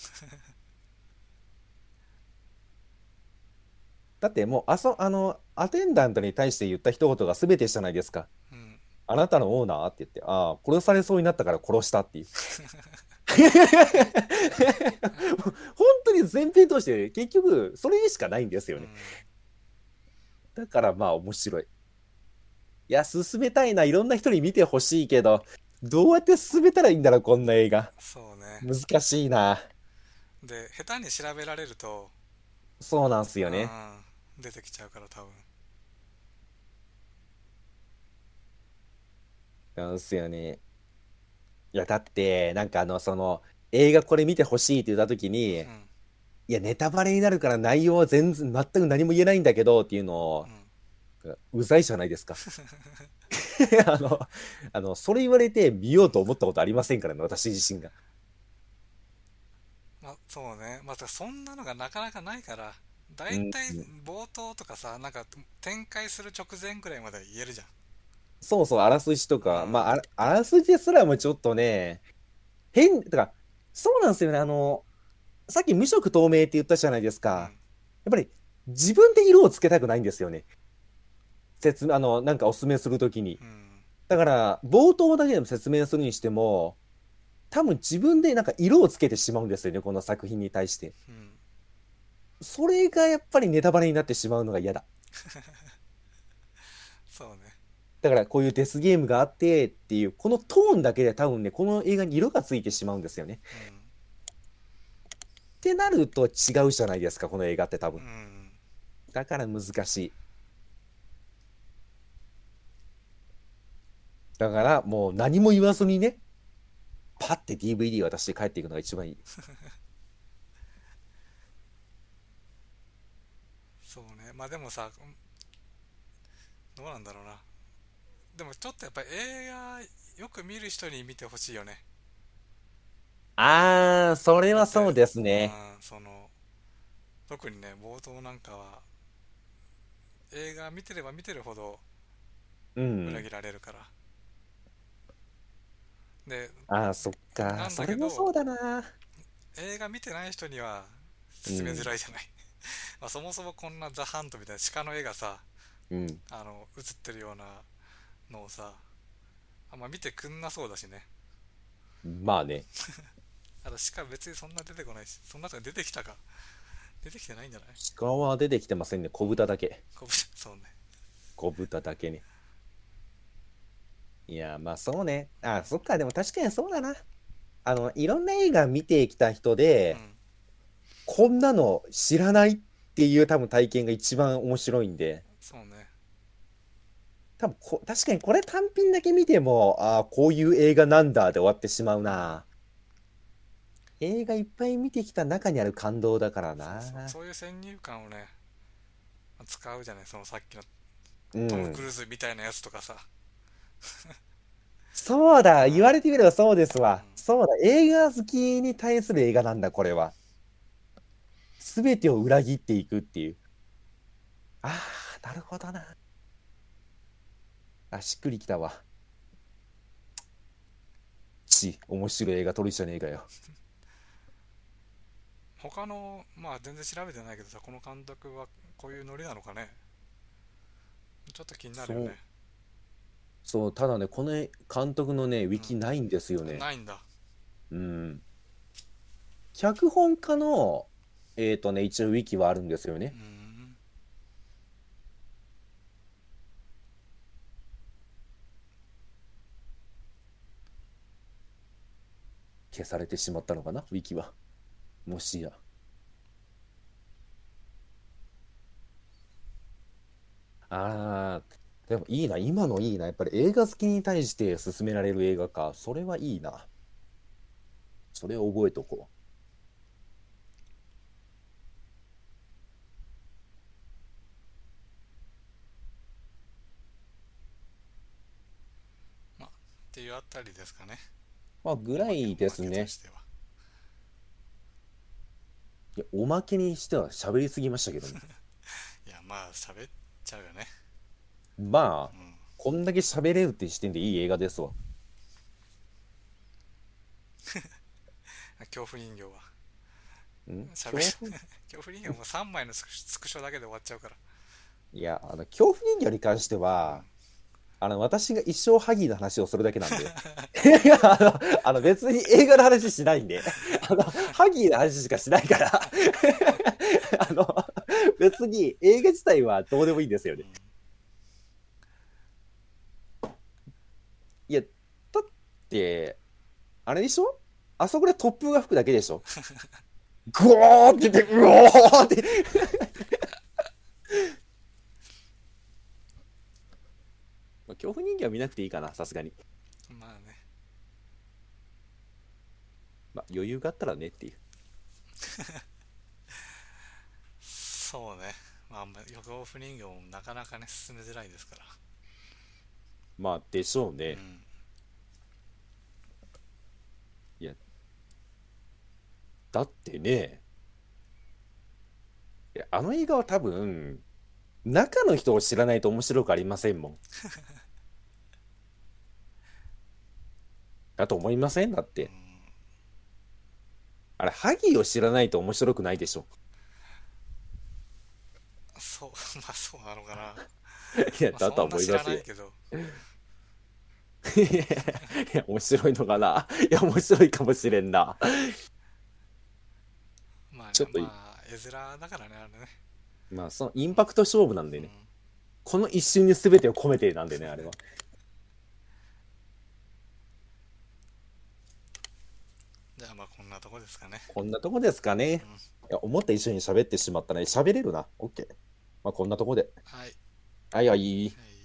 Speaker 2: だってもう、あそ、あの、アテンダントに対して言った一言が全てじゃないですか。
Speaker 1: うん。
Speaker 2: あなたのオーナーって言って、ああ、殺されそうになったから殺したっていう。 本当に前編通して、結局、それしかないんですよ
Speaker 1: う
Speaker 2: ね。
Speaker 1: ん
Speaker 2: だからまあ面白い。いや、進めたいな。いろんな人に見てほしいけど、どうやって進めたらいいんだろう、こんな映画。
Speaker 1: そうね。
Speaker 2: 難しいな。
Speaker 1: で、下手に調べられると、
Speaker 2: そうなんすよね。
Speaker 1: うん、出てきちゃうから多分。
Speaker 2: なんすよね。いや、だって、なんかあの、その、映画これ見てほしいって言った時に、
Speaker 1: うん。
Speaker 2: いや、ネタバレになるから内容は全然、全く何も言えないんだけどっていうの
Speaker 1: う
Speaker 2: を、
Speaker 1: ん。
Speaker 2: うざいじゃないですか。 あの、あの、それ言われて見ようと思ったことありませんからね、私自身が。
Speaker 1: まあ、そうね。まあ、てかそんなのがなかなかないから、だいたい冒頭とかさ、なんか展開する直前くらいまでは言えるじゃん。
Speaker 2: そうそう、あらすじとか、
Speaker 1: うん
Speaker 2: まあ、あら、あらすじですらもちょっとね、変、だから、そうなんですよね、あの、さっき無色透明って言ったじゃないですか。やっぱり、自分で色をつけたくないんですよね。説明、あの、なんかおすすめするときに。
Speaker 1: うん。うん
Speaker 2: だから、冒頭だけでも説明するにしても、多分自分でなんか色をつけてしまうんですよね、この作品に対して。
Speaker 1: うん。
Speaker 2: それがやっぱりネタバレになってしまうのが嫌だ。
Speaker 1: そうね。
Speaker 2: だからこういうデスゲームがあってっていう、このトーンだけで多分ね、この映画に色がついてしまうんですよね。ってなると違うじゃないですか、この映画って多
Speaker 1: うん。う
Speaker 2: 分。
Speaker 1: ん。
Speaker 2: だから難しい。だからもう何も言わずにね、パッて DVD 渡して帰っていくのが一番いい。
Speaker 1: そうね。まあでもさ、うんどうなんだろうな。でもちょっとやっぱ映画よく見る人に見てほしいよね。
Speaker 2: あー、それはそうですね。
Speaker 1: うん、その、特にね、冒頭なんかは、映画見てれば見てるほど
Speaker 2: う
Speaker 1: 裏
Speaker 2: ん。
Speaker 1: 切られるから。で、
Speaker 2: あー、そっ
Speaker 1: なんだ
Speaker 2: か。
Speaker 1: けど
Speaker 2: それもそうだな。
Speaker 1: 映画見てない人には進めづらいじゃない。まあそもそもこんなザ・ハントみたいな鹿の絵がさ、
Speaker 2: うん。
Speaker 1: あの、映ってるようなのをさ、あんま見てくんなそうだしね。
Speaker 2: まあね。
Speaker 1: あと鹿別にそんな出てこないし、その中で出てきたか。出てきてないんじゃない
Speaker 2: 鹿は出てきてませんね。小豚だけ。
Speaker 1: こぶそうね。
Speaker 2: 小豚だけね。いや、まあそうね。あ、そっか。でも確かにそうだな。あの、いろんな映画見てきた人
Speaker 1: う
Speaker 2: で、
Speaker 1: ん。
Speaker 2: こんなの知らないっていう多分体験が一番面白いんで、
Speaker 1: そうね。
Speaker 2: 多分こ、確かにこれ単品だけ見ても、ああ、こういう映画なんだで終わってしまうな。映画いっぱい見てきた中にある感動だからな。
Speaker 1: そうそういう先入観をね使うじゃないそのさっきの
Speaker 2: う
Speaker 1: トム・ク
Speaker 2: ん。
Speaker 1: ルーズみたいなやつとかさ、
Speaker 2: そうだ、
Speaker 1: うん
Speaker 2: 言われてみればそうですわ。
Speaker 1: うん
Speaker 2: そうだ、映画好きに対する映画なんだ、これは。すべてを裏切っていくっていう。ああ、なるほどな。あ、しっくりきたわ。ち、面白い映画撮るじゃねえかよ。
Speaker 1: 他のまあ全然調べてないけどさこの監督はこういうノリなのかねちょっと気になるよね
Speaker 2: そう、ただね、この監督のね、ウィキないんですよね。
Speaker 1: ないんだ
Speaker 2: うん。脚本家の、えっとね、一応ウィキはあるんですよ
Speaker 1: う
Speaker 2: ね。
Speaker 1: ん
Speaker 2: 消されてしまったのかな、ウィキは。もしや。あー、でもいいな、今のいいな。やっぱり映画好きに対して勧められる映画か。それはいいな。それを覚えとこ
Speaker 1: っていうあたりですかね
Speaker 2: う。まあ、ぐらいです
Speaker 1: おまけ
Speaker 2: ね
Speaker 1: と。してはい
Speaker 2: や、おまけにしては喋りすぎましたけどね。
Speaker 1: いやまあ喋っちゃうよね
Speaker 2: まあ、
Speaker 1: うん
Speaker 2: こんだけ喋れるって時点でいい映画ですわ。
Speaker 1: あ恐怖人形は
Speaker 2: ん
Speaker 1: 喋
Speaker 2: 恐怖
Speaker 1: 恐怖人形も3枚のスクシスクショだけで終わっちゃうから
Speaker 2: いや、あの、恐怖人形に関しては、あの、私が一生ハギーの話をするだけなんで。 いや、あの、あの別に映画の話しないんで。 あの、ハギーの話しかしないから。 あの、別に映画自体はどうでもいいんですよね。いや、だって、あれでしょあそこで突風が吹くだけでしょぐおーって言って、うおーって。まあ恐怖人形は見なくていいかな、さすがに。
Speaker 1: うんまあね
Speaker 2: まあ、余裕があったらねっていう。
Speaker 1: そうねまああんまり恐怖人形もなかなかね進めづらいですから
Speaker 2: まあ、でしょうね。
Speaker 1: うん
Speaker 2: だってね、いやあの映画は多分、中の人を知らないと面白くありませ んもん。だと思いませんだっ
Speaker 1: う
Speaker 2: て。
Speaker 1: ん
Speaker 2: あれ、ハギーを知らないと面白くないでしょ。
Speaker 1: そう、 まあそうなのかな。
Speaker 2: いや、
Speaker 1: まあ
Speaker 2: だとは思い
Speaker 1: そん
Speaker 2: ま
Speaker 1: な知
Speaker 2: す
Speaker 1: ら
Speaker 2: よ
Speaker 1: ない。けど、
Speaker 2: いや、面白いのかな。 いや、面白いかもしれんな。
Speaker 1: まあ、ね、
Speaker 2: ちょっといい
Speaker 1: まあ、絵面だからね、あれね。
Speaker 2: まあ、そのインパクト勝負なんで
Speaker 1: うん
Speaker 2: ね。この一瞬に全てを込めてなんでね、あれは。
Speaker 1: じゃあまあこんなとこですかね。
Speaker 2: こんなとこですかね。いや、思った以上に喋ってしまったね。喋れるな。オッケー。まあ、こんなとこで。
Speaker 1: はい。
Speaker 2: はいはい。
Speaker 1: はい